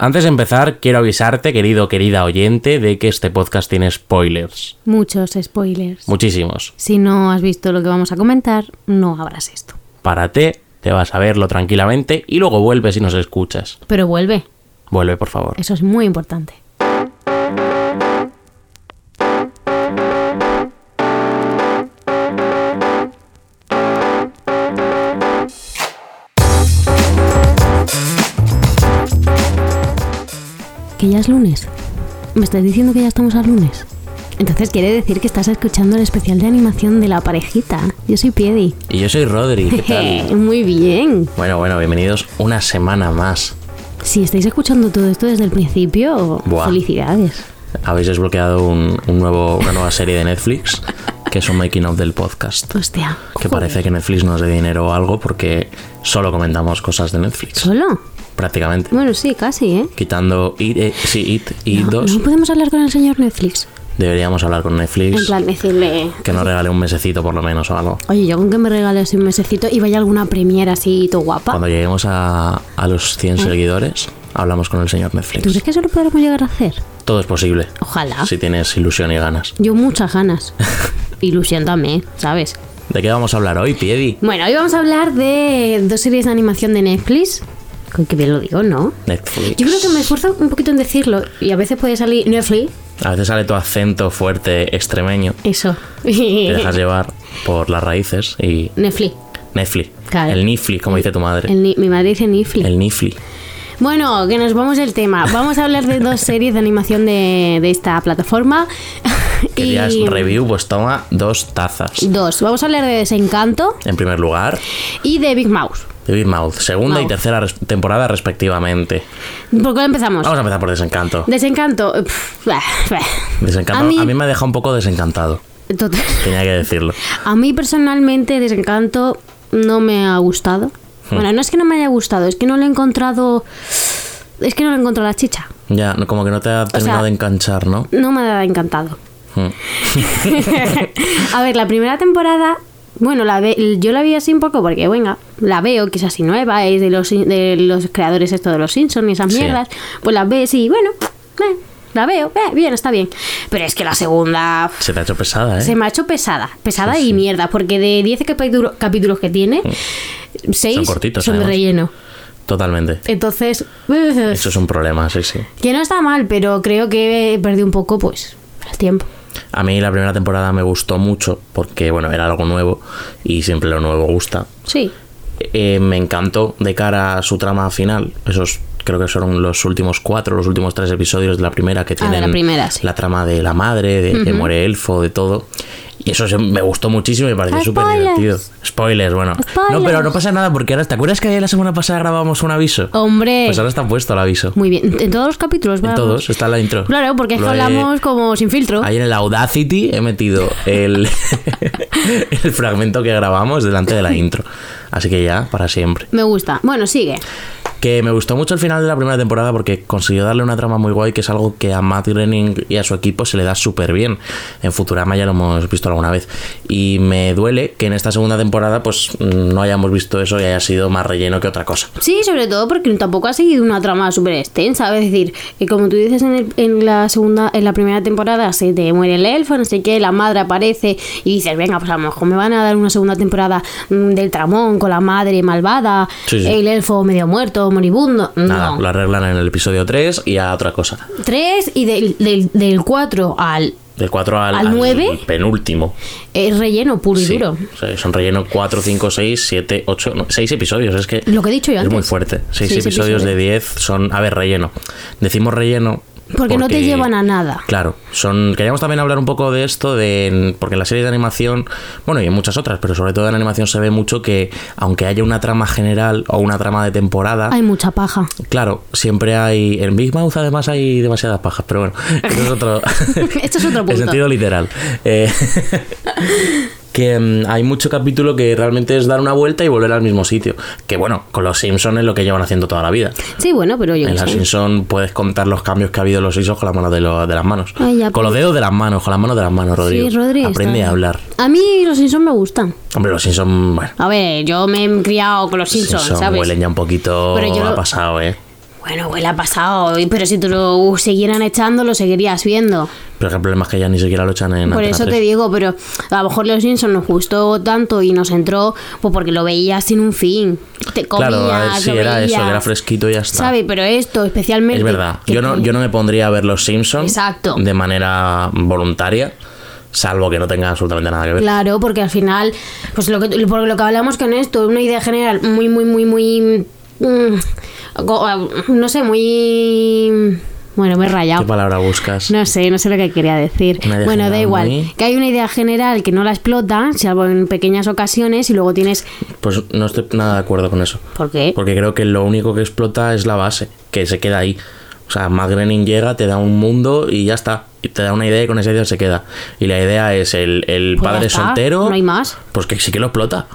Antes de empezar, quiero avisarte, querido o querida oyente, de que este podcast tiene spoilers. Muchos spoilers. Muchísimos. Si no has visto lo que vamos a comentar, no habrás esto. Párate, te vas a verlo tranquilamente y luego vuelves y nos escuchas. Pero vuelve. Vuelve, por favor. Eso es muy importante. Que ya es lunes. ¿Me estás diciendo que ya estamos a lunes? Entonces quiere decir que estás escuchando el especial de animación de la parejita. Yo soy Piedi. Y yo soy Rodri, ¿qué tal? Muy bien. bueno, bueno, bienvenidos una semana más. Si estáis escuchando todo esto desde el principio, Buah. felicidades. Habéis desbloqueado un, un nuevo, una nueva serie de Netflix, que es un making of del podcast. Hostia. Que joder. parece que Netflix nos dé dinero o algo porque solo comentamos cosas de Netflix, ¿Solo? prácticamente. Bueno, sí, casi, ¿eh? Quitando It, eh, sí, It y No, 2, no podemos hablar con el señor Netflix. deberíamos hablar con Netflix. En plan, decirle, Que nos regale un mesecito por lo menos o algo. oye, yo con que me regales un mesecito y vaya alguna premiera así, todo guapa. Cuando lleguemos a, a los 100 seguidores, hablamos con el señor ¿Tú Netflix. crees que eso lo podremos llegar a hacer? Todo es posible. Ojalá. Si tienes ilusión y ganas. Yo muchas ganas. Ilusión también, ¿sabes? ¿De qué vamos a hablar hoy, Piedi? Bueno, hoy vamos a hablar de dos series de animación de Netflix. Con que bien lo digo, ¿no? Netflix. Yo creo que me esfuerzo un poquito en decirlo y a veces puede salir Netflix. A veces sale tu acento fuerte extremeño. Eso. Eh. Te dejas llevar por las raíces y. Netflix. Netflix. Claro. El Nifli, como dice tu madre. El ni- mi madre dice Netflix. El Nifli. Bueno, que nos vamos del tema. Vamos a hablar de dos series de animación de, de esta plataforma. Querías review, pues toma dos tazas. dos. Vamos a hablar de Desencanto En primer lugar, y de Big Mouse. The Big Mouth. Segunda y Mouth. tercera res- temporada, respectivamente. ¿Por cuál empezamos? Vamos a empezar por Desencanto. Desencanto. eh, pf, bah, bah. Desencanto. A A mí- mí, me deja un poco desencantado. Total. Tenía que decirlo. A mí personalmente Desencanto no me ha gustado. Bueno, no es que no me haya gustado, es que no lo he encontrado... Es que no lo he encontrado la chicha. Ya, no- como que no te ha terminado sea- de enganchar, ¿no? No me ha encantado. Mm. a ver, la primera temporada, bueno, la ve- yo la vi así un poco porque, venga, la veo, que es así nueva, es de los, de los creadores esto de los Simpsons y esas Sí. mierdas, pues la ves y, bueno, eh, la veo, eh, bien, está bien. Pero es que la segunda Se te ha hecho pesada, ¿eh? se me ha hecho pesada, pesada y mierda, porque de 10 capítulo- capítulos que tiene, 6 Hmm. Son cortitos, son de además. relleno. Totalmente. Entonces, Pues Eso es un problema, sí, sí. que no está mal, pero creo que perdí un poco, pues, el tiempo. A mí la primera temporada me gustó mucho porque, bueno, era algo nuevo y siempre lo nuevo gusta. Sí, Eh, me encantó de cara a su trama final. Esos creo que son los últimos cuatro, los últimos tres episodios de la primera que Ah, de la tienen primera, sí. la trama de la madre, de que muere elfo, de todo. Y eso se- me gustó muchísimo y me pareció súper Ah, Spoilers. divertido. Spoilers, bueno. No, pero no pasa nada porque ahora, ¿te acuerdas que la semana pasada grabamos un aviso? hombre. Pues ahora está puesto el aviso. Muy bien, en todos los capítulos, En vamos. todos, está la intro. Claro, porque es que Lo he- hablamos como sin filtro. Ahí en el Audacity he metido el, el fragmento que grabamos delante de la intro. Así que ya, para siempre. Me gusta. Bueno, sigue. Que me gustó mucho el final de la primera temporada porque consiguió darle una trama muy guay, que es algo que a Matt Groening y a su equipo se le da súper bien. En Futurama ya lo hemos visto alguna vez. Y me duele que en esta segunda temporada pues no hayamos visto eso y haya sido más relleno que otra cosa. Sí, sobre todo porque tampoco ha seguido una trama súper extensa. Es decir, que como tú dices en, el- en la segunda, en la primera temporada, se te muere el elfo, no sé qué, la madre aparece y dices, venga, pues a lo mejor me van a dar una segunda temporada mm, del tramón con la madre malvada, Sí, sí. el elfo medio muerto, moribundo. No. Nada, lo arreglan en el episodio 3 y a otra cosa. Tres y del, del, del cuatro al Del 4 al, ¿Al nueve? penúltimo. eh, relleno puro y Sí, duro. o sea, son relleno 4, 5, 6, 7, 8, 6 episodios. Es que Lo que he dicho yo es antes. muy fuerte. 6 Seis episodios episodios. de 10 son, a ver, relleno. Decimos relleno. Porque no te llevan a nada. Claro, son. Queríamos también hablar un poco de esto, de porque en las series de animación, bueno, y en muchas otras, pero sobre todo en animación se ve mucho que, aunque haya una trama general o una trama de temporada, Hay mucha paja. claro, siempre hay. En Big Mouth además hay demasiadas pajas, pero bueno, eso es otro. Esto es otro En punto. sentido literal. Eh, que mm, hay mucho capítulo que realmente es dar una vuelta y volver al mismo sitio. Que bueno, con los Simpsons es lo que llevan haciendo toda la vida. Sí, bueno, pero yo En qué los sé. Simpsons puedes contar los cambios que ha habido en los Simpsons con las manos de, lo- de las manos. Ay, Ah, ya, pues. con los dedos de las manos, con las manos de las manos, Rodrigo. Sí, Rodri, Aprende está- a hablar. A mí los Simpsons me gustan. Hombre, los Simpsons, bueno, A ver, yo me he criado con los Simpsons, Simpsons ¿sabes? huelen ya un poquito. Pero yo ha lo- pasado, ¿eh? Bueno, güey, la ha pasado. Pero si tú lo siguieran echando, lo seguirías viendo. Pero el problema es que ya ni siquiera lo echan en Por Antena eso 3. te digo, pero a lo mejor Los Simpsons nos gustó tanto y nos entró pues porque lo veías sin un fin. Te comías, Claro, a ver, sí, lo era eso, veías, que era fresquito y ya está. ¿Sabe? Pero esto especialmente... Es verdad. que Yo no, te- yo no me pondría a ver los Simpsons Exacto. de manera voluntaria, salvo que no tenga absolutamente nada que ver. Claro, porque al final, pues lo que, porque lo que hablamos con esto, una idea general muy, muy, muy, muy... mm, go- no sé, muy... Bueno, me he rayado. ¿Qué palabra buscas? No sé, no sé lo que quería decir. Una idea Bueno, da general igual. muy- Que hay una idea general que no la explotan, salvo en pequeñas ocasiones, y luego tienes. Pues no estoy nada de acuerdo con eso. ¿Por qué? Porque creo que lo único que explota es la base, que se queda ahí. O sea, Matt Groening llega, te da un mundo y ya está. Y te da una idea y con esa idea se queda. Y la idea es el, el Pues ya padre está, soltero. No hay más. Pues que sí que lo explota.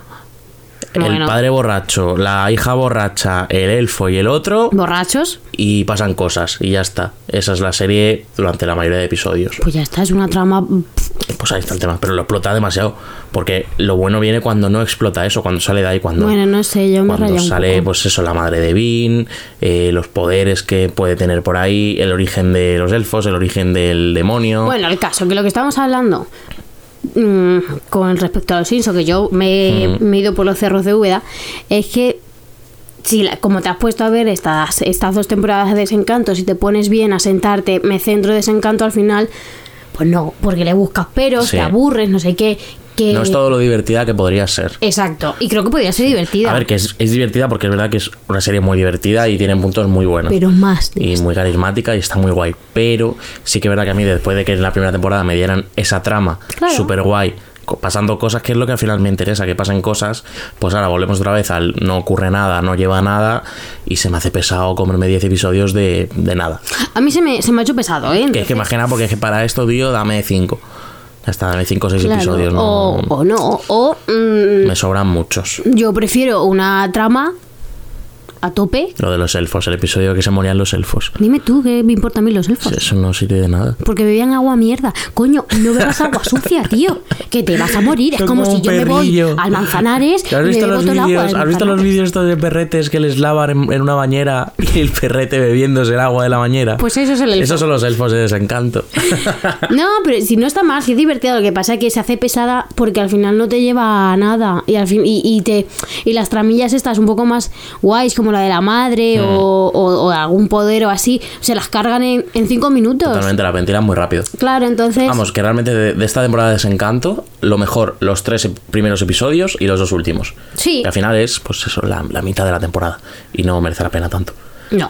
Bueno. El padre borracho, la hija borracha, el elfo y el otro. ¿Borrachos? Y pasan cosas y ya está. Esa es la serie durante la mayoría de episodios. Pues ya está, es una trama. pf, Pues ahí está el tema. Pero lo explota demasiado. Porque lo bueno viene cuando no explota eso, cuando sale de ahí, cuando Bueno, no sé, yo me he cuando rayado un sale poco. pues eso la madre de Vin eh, los poderes que puede tener por ahí el origen de los elfos el origen del demonio Bueno, el caso, que lo que estamos hablando mm, con respecto a los Simpsons, que yo me, me he ido por los cerros de Úbeda, es que. Si la- como te has puesto a ver estas, estas dos temporadas de desencanto, si te pones bien a sentarte, me centro en desencanto al final, pues no, porque le buscas peros, Sí. te aburres, no sé qué. Que... no es todo lo divertida que podría ser Exacto, y creo que podría ser divertida. a ver que es, es divertida porque es verdad que es una serie muy divertida y tiene puntos muy buenos Pero más. de- y muy carismática y está muy guay pero sí que es verdad que a mí después de que en la primera temporada me dieran esa trama Claro. súper guay pasando cosas que es lo que al final me interesa que pasen cosas pues ahora volvemos otra vez al no ocurre nada no lleva nada y se me hace pesado comerme 10 episodios de, de nada A mí se me, se me ha hecho pesado, ¿eh? Que es que Entonces, imagina, porque es que para esto, tío, dame 5. Ya está, dame 5 o 6 claro, episodios. No, O, o no, o, o, mm, Me sobran muchos. yo prefiero una trama a tope. Lo de los elfos, el episodio que se morían los elfos. Dime tú, ¿qué me importa a mí los elfos? Eso no sirve de nada. Porque bebían agua mierda. Coño, no bebas agua sucia, tío. Que te vas a morir. Es Son como, como si un yo me perrillo. voy al Manzanares y ¿Has me visto, bebo los todo el agua vídeos, del ¿Has visto los Manzanares. vídeos estos de perretes que les lavan en, en una bañera y el perrete bebiéndose el agua de la bañera? Pues eso es el elfo. Esos son los elfos de desencanto. No, pero si no está mal, si es divertido, lo que pasa es que se hace pesada porque al final no te lleva a nada. Y al fin, y, y te y las tramillas estas un poco más guays, como la de la madre Mm. o, o- o algún poder o así, se las cargan en, en cinco minutos. Totalmente, la ventilan muy rápido. Claro, entonces. Vamos, que realmente de, de esta temporada de Desencanto, lo mejor, los tres ep- primeros episodios y los dos últimos. Sí. Que al final es, pues eso, la, la mitad de la temporada. Y no merece la pena tanto. No.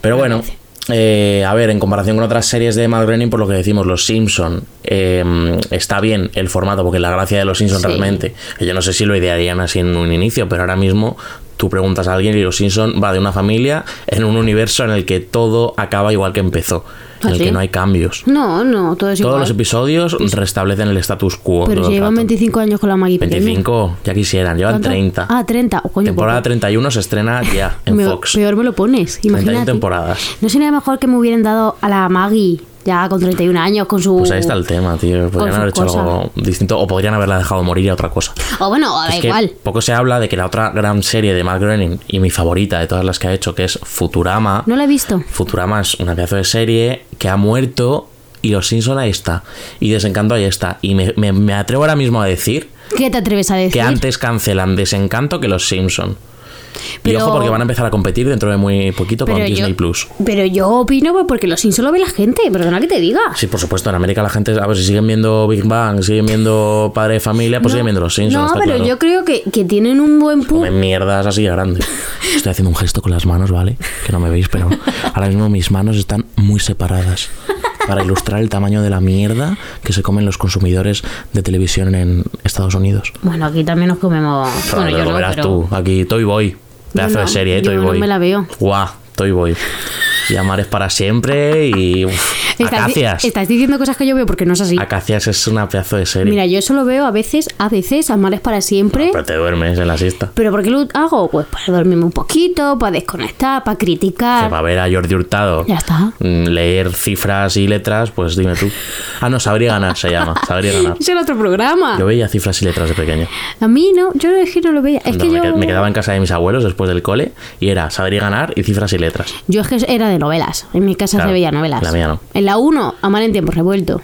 Pero bueno, eh, a ver, en comparación con otras series de Matt Groening, por lo que decimos, Los Simpson eh, está bien el formato, porque la gracia de Los Simpson Sí. realmente, que yo no sé si lo idearían así en un inicio, pero ahora mismo tú preguntas a alguien y Los Simpson va de una familia en un universo en el que todo acaba igual que empezó, en ¿Ah, el sí? que no hay cambios. No, no, todo es Todos igual. Pues los episodios restablecen el status quo. pero todo el se llevan rato. 25 años con la Maggie pequeña. 25, ya quisieran, llevan ¿Cuánto? 30. Ah, 30. Oh, coño, Temporada pues, 31 se estrena ya en me- Fox. Peor me lo pones, 31 imagínate. temporadas. ¿No sería mejor que me hubieran dado a la Maggie ya con 31 años, con su. Pues ahí está el tema, tío. Podrían su haber hecho cosa. algo distinto o podrían haberla dejado morir a otra cosa. O Oh, bueno, da Es que igual. poco se habla de que la otra gran serie de Matt Groening y mi favorita de todas las que ha hecho, que es Futurama. No la he visto. Futurama es una pedazo de serie que ha muerto y Los Simpson ahí está. Y Desencanto ahí está. Y me, me- me atrevo ahora mismo a decir ¿Qué te atreves a decir? que antes cancelan Desencanto que Los Simpson. Y Pero- ojo porque van a empezar a competir dentro de muy poquito con Disney yo, Plus. Pero yo opino pues, porque los Simpsons lo ve la gente, perdona que te diga. Sí, por supuesto, en América la gente, a ver, si siguen viendo Big Bang, siguen viendo Padre de Familia, pues siguen viendo Los Simpsons. no, está pero claro. Pues yo creo que, que tienen un buen punto. Comen mierdas así de grande. Estoy haciendo un gesto con las manos, ¿vale? Que no me veis, pero ahora mismo mis manos están muy separadas. Para ilustrar el tamaño de la mierda que se comen los consumidores de televisión en Estados Unidos. Bueno, aquí también nos comemos. bueno, Pero yo lo no, verás pero... tú. Aquí, Toy Boy. Pedazo no, de serie, ¿eh? yo Toy no Boy. me la veo. Guau, Toy Boy. Y amar es para siempre y. uf, Estás, di- Acacias. estás diciendo cosas que yo veo porque no es así. Acacias es una pedazo de serie. Mira, yo eso lo veo a veces, a veces, amar es para siempre. Pero te duermes en la siesta. ¿Pero por qué lo hago? Pues para dormirme un poquito, para desconectar, para Que criticar. para ver a Jordi Hurtado Ah. Ya está. mm, leer cifras y letras, pues dime tú. Ah, no, Sabría Ganar se llama. Sabría Ganar. Ese era otro programa. Yo veía cifras y letras de pequeño. A mí no, yo es que no lo veía. Es No, que me, yo. qued- me quedaba en casa de mis abuelos después del cole y era Sabría Ganar y cifras y letras. Yo es que era de novelas. En mi casa Claro, se veía novelas. la mía no. En la 1, Amar en tiempo revuelto.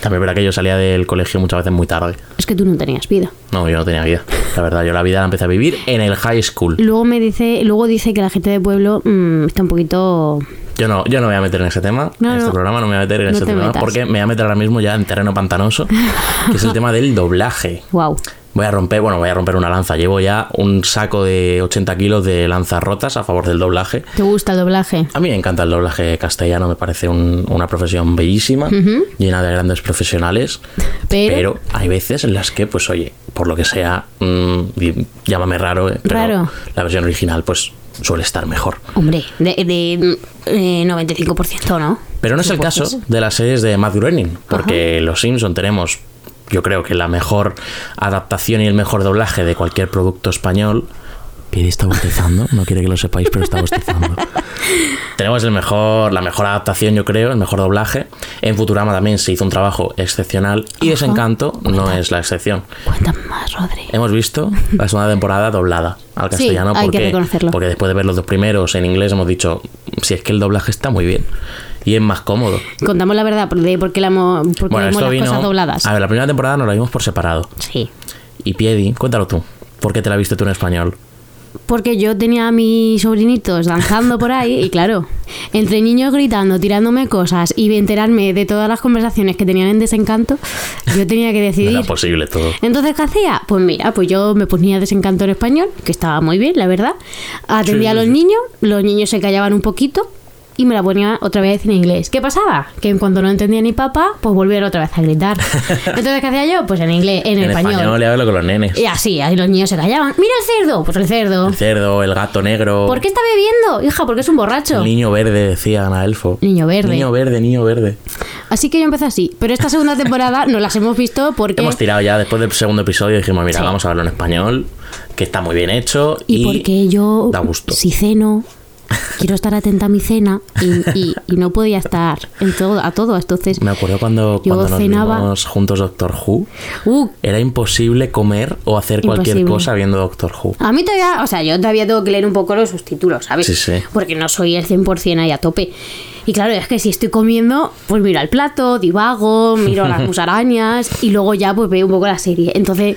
También verá que yo salía del colegio muchas veces muy tarde. Es que tú no tenías vida. No, yo no tenía vida. La verdad, yo la vida la empecé a vivir en el high school. Luego me dice, luego dice que la gente de pueblo mm, está un poquito. Yo no, yo no me voy a meter en ese tema. No, en este no. programa no me voy a meter en No ese te tema metas. porque me voy a meter ahora mismo ya en terreno pantanoso, que es el tema del doblaje. Wow. Voy a romper, bueno, voy a romper una lanza. Llevo ya un saco de 80 kilos de lanzas rotas a favor del doblaje. ¿Te gusta el doblaje? A mí me encanta el doblaje castellano, me parece un- una profesión bellísima, llena de grandes profesionales. Pero- hay veces en las que, pues oye, por lo que sea, mm, di- llámame raro, eh, pero Raro. la versión original pues suele estar mejor. Hombre, de, de, eh, 95%, ¿no? Pero no pues, es el caso de las series de Matt Groening, porque Los Simpson tenemos, yo creo que la mejor adaptación y el mejor doblaje de cualquier producto español. Piri está bostezando, no quiere que lo sepáis, pero está bostezando. tenemos el mejor, la mejor adaptación, yo creo, el mejor doblaje. En Futurama también se hizo un trabajo excepcional y Desencanto no es la excepción. Cuéntame más, Rodri. Hemos visto la segunda temporada doblada al Sí, castellano hay que porque, reconocerlo. porque después de ver los dos primeros en inglés hemos dicho, si es que el doblaje está muy bien y es más cómodo. Contamos la verdad de por qué la mo- por qué Bueno, vemos esto las vino. cosas dobladas. A ver, la primera temporada nos la vimos por separado. Sí. Y Piedi, cuéntalo tú. ¿Por qué te la viste tú en español? Porque yo tenía a mis sobrinitos danzando por ahí y claro, entre niños gritando, tirándome cosas y enterarme de todas las conversaciones que tenían en desencanto, yo tenía que No decidir. era posible todo. Entonces, ¿qué hacía? Pues mira, pues yo me ponía desencanto en español, que estaba muy bien, la verdad. Atendía a Sí, los sí, sí. niños, los niños se callaban un poquito y me la ponía otra vez en inglés. ¿Qué pasaba? Que en cuanto no entendía ni papá, pues volvieron otra vez a gritar. Entonces, ¿qué hacía yo? Pues en inglés, en, en español, le hablo con los nenes. y así, ahí los niños se callaban. Mira el cerdo, pues el cerdo. El cerdo, el gato negro. ¿Por qué está bebiendo? Hija, porque es un borracho. El niño verde, decían a Elfo. Niño verde. Eh. Niño verde, niño verde. Así que yo empecé así. Pero esta segunda temporada no las hemos visto porque. Hemos tirado ya después del segundo episodio y dijimos, mira, Sí. vamos a verlo en español, que está muy bien hecho. Y porque yo. da gusto. Si ceno. Quiero estar atenta a mi cena y, y- y no podía estar en todo, a todo. Entonces, Me acuerdo cuando, Yo cuando nos cenaba- vimos juntos Doctor Who. uh, Era imposible comer o hacer cualquier Imposible. cosa viendo Doctor Who. a mí todavía, o sea, yo todavía tengo que leer un poco los subtítulos, ¿sabes? Sí, sí. Porque no soy el 100% ahí a tope. Y claro, es que si estoy comiendo, pues miro al plato, divago, miro las musarañas y luego ya pues veo un poco la serie. Entonces,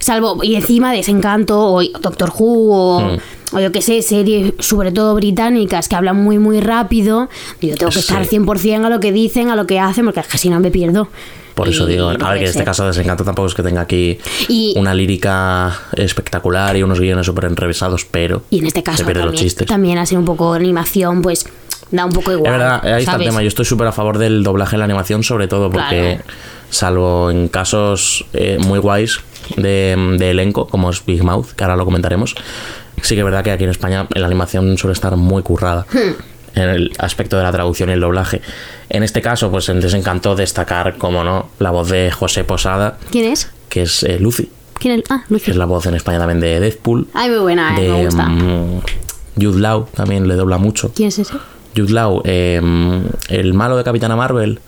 salvo, y encima Desencanto o Doctor Who o, Mm. o yo qué sé, series sobre todo británicas que hablan muy muy rápido, yo tengo que estar Sí. 100% a lo que dicen, a lo que hacen, porque es que si no me pierdo. Por eso Y digo, no a ver, puede que en este ser. caso Desencanto tampoco es que tenga aquí Y- una lírica espectacular y unos guiones súper enrevesados, pero Y en este caso se pierden los también, chistes. también hacer un poco de animación, pues da un poco es igual. verdad, ahí está el ¿sabes? tema. Yo estoy súper a favor del doblaje en la animación, sobre todo porque, salvo en casos eh, muy guays de, de elenco, como es Big Mouth, que ahora lo comentaremos, sí que es verdad que aquí en España la animación suele estar muy currada. Hmm. En el aspecto de la traducción y el doblaje. En este caso, pues les encantó destacar, como no, la voz de José Posada, ¿Quién es? que es eh, Lucy, ¿Quién es? Ah, que Lucy. es la voz en España también de Deadpool. Ay, muy buena, eh, de me gusta. mm, Jude Law también le dobla mucho. ¿Quién es ese? Jude Law, eh, el malo de Capitana Marvel.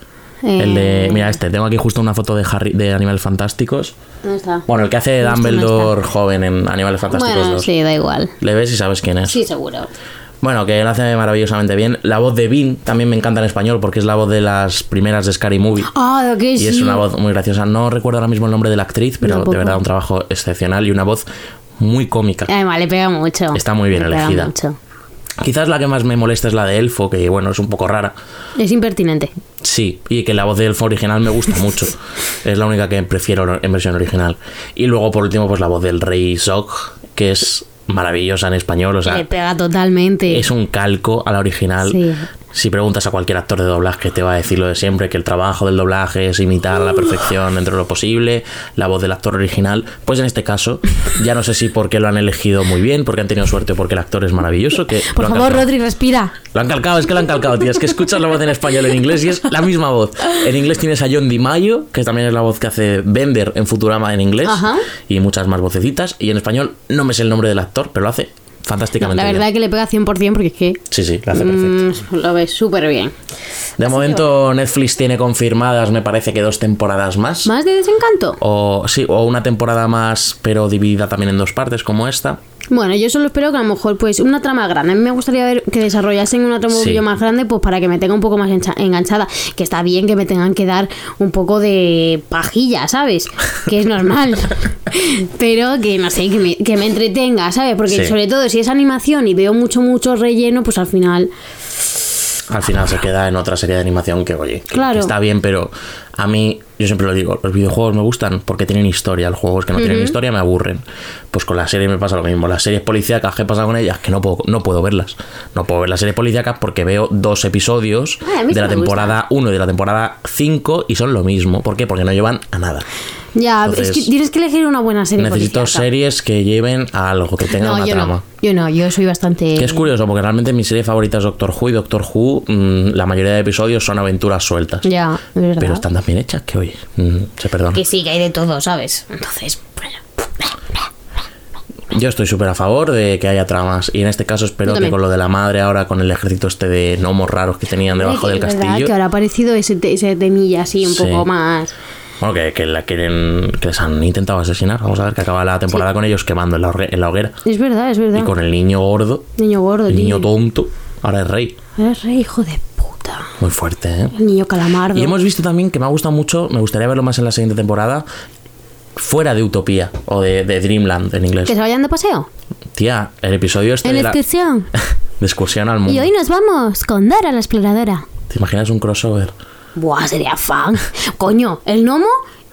Eh, El de. Mira, este, tengo aquí justo una foto de Harry de Animales Fantásticos. ¿Dónde está? Bueno, el que hace de Justo no Dumbledore joven en Animales Fantásticos Bueno, 2. sí, da igual. Le ves y sabes quién es. Sí, seguro. Bueno, que lo hace maravillosamente bien. La voz de Bean también me encanta en español porque es la voz de las primeras de Scary Movie. Ah, que Y sí. es una voz muy graciosa. No recuerdo ahora mismo el nombre de la actriz, pero Tampoco. de verdad un trabajo excepcional y una voz muy cómica. Además, le pega mucho. Está muy bien Le pega elegida. mucho. Quizás la que más me molesta es la de Elfo, que bueno, es un poco rara. Es impertinente. Sí, y que la voz de Elfo original me gusta mucho. es la única que prefiero en versión original. Y luego, por último, pues la voz del Rey Sok, que es maravillosa en español. O sea, le pega totalmente. es un calco a la original. Sí. Si preguntas a cualquier actor de doblaje, te va a decir lo de siempre: que el trabajo del doblaje es imitar a Uh. la perfección dentro de lo posible, la voz del actor original. Pues en este caso, ya no sé si porque lo han elegido muy bien, porque han tenido suerte, porque el actor es maravilloso. Que Por lo han favor, calcado. Rodri, respira. Lo han calcado, es que lo han calcado, tío. Es que escuchas la voz en español, en inglés y es la misma voz. En inglés tienes a John DiMaggio, que también es la voz que hace Bender en Futurama en inglés. Ajá. Y muchas más vocecitas. Y en español no me sé el nombre del actor, pero lo hace fantásticamente La bien. verdad que le pega 100% porque es que Sí, sí, lo hace perfecto. mm, lo ves súper bien. De momento, Netflix tiene confirmadas, me parece que dos temporadas más. ¿Más de desencanto? O sí, o una temporada más, pero dividida también en dos partes, como esta. Bueno, yo solo espero que a lo mejor, pues, una trama grande. A mí me gustaría ver que desarrollasen una trama un Sí. poquillo más grande, pues, para que me tenga un poco más encha- enganchada. Que está bien que me tengan que dar un poco de pajilla, ¿sabes? Que es normal. Pero que, no sé, que me, que me entretenga, ¿sabes? Porque, Sí. sobre todo, si es animación y veo mucho, mucho relleno, pues, al final... Al final se queda en otra serie de animación que, oye, que- Claro. que está bien, pero a mí, yo siempre lo digo, los videojuegos me gustan porque tienen historia, los juegos que no tienen historia me aburren. Pues con las series me pasa lo mismo, las series policíacas, ¿qué pasa con ellas? Que no puedo, no puedo verlas. No puedo ver las series policíacas porque veo dos episodios Ay, a mí sí de la me temporada 1 y de la temporada 5 y son lo mismo. ¿Por qué? Porque no llevan a nada. Ya, Entonces, es que tienes que elegir una buena serie Necesito policíaca. series que lleven a algo, que tengan No, una yo trama. no. Yo no, yo soy bastante... Que es curioso, porque realmente mi serie favorita es Doctor Who y Doctor Who, mm, la mayoría de episodios son aventuras sueltas. Ya, es verdad. Pero están tan bien hechas que, oye, mm, se perdona. Que sí, que hay de todo, ¿sabes? Entonces, bueno... Yo estoy súper a favor de que haya tramas. Y en este caso espero que también. con lo de la madre ahora, con el ejército este de gnomos raros que tenían debajo Ay, del es verdad, castillo. que ahora ha aparecido ese, te- ese temilla así un Sí. poco más. Bueno, que, que la quieren, que les han intentado asesinar. Vamos a ver que acaba la temporada con ellos quemando en la, horgue- en la hoguera. Es verdad, es verdad. Y con el niño gordo, Ah. Niño gordo, el niño tío. tonto, ahora es rey. Eres re hijo de puta. Muy fuerte, ¿eh? El niño calamardo. Y hemos visto también que me ha gustado mucho, me gustaría verlo más en la siguiente temporada, fuera de Utopía o de, de Dreamland en inglés. Que se vayan de paseo. Tía, el episodio este En de, la- excursión. de excursión al Y mundo. hoy nos vamos con Dora la exploradora. ¿Te imaginas un crossover? Buah, sería fan. Coño, el gnomo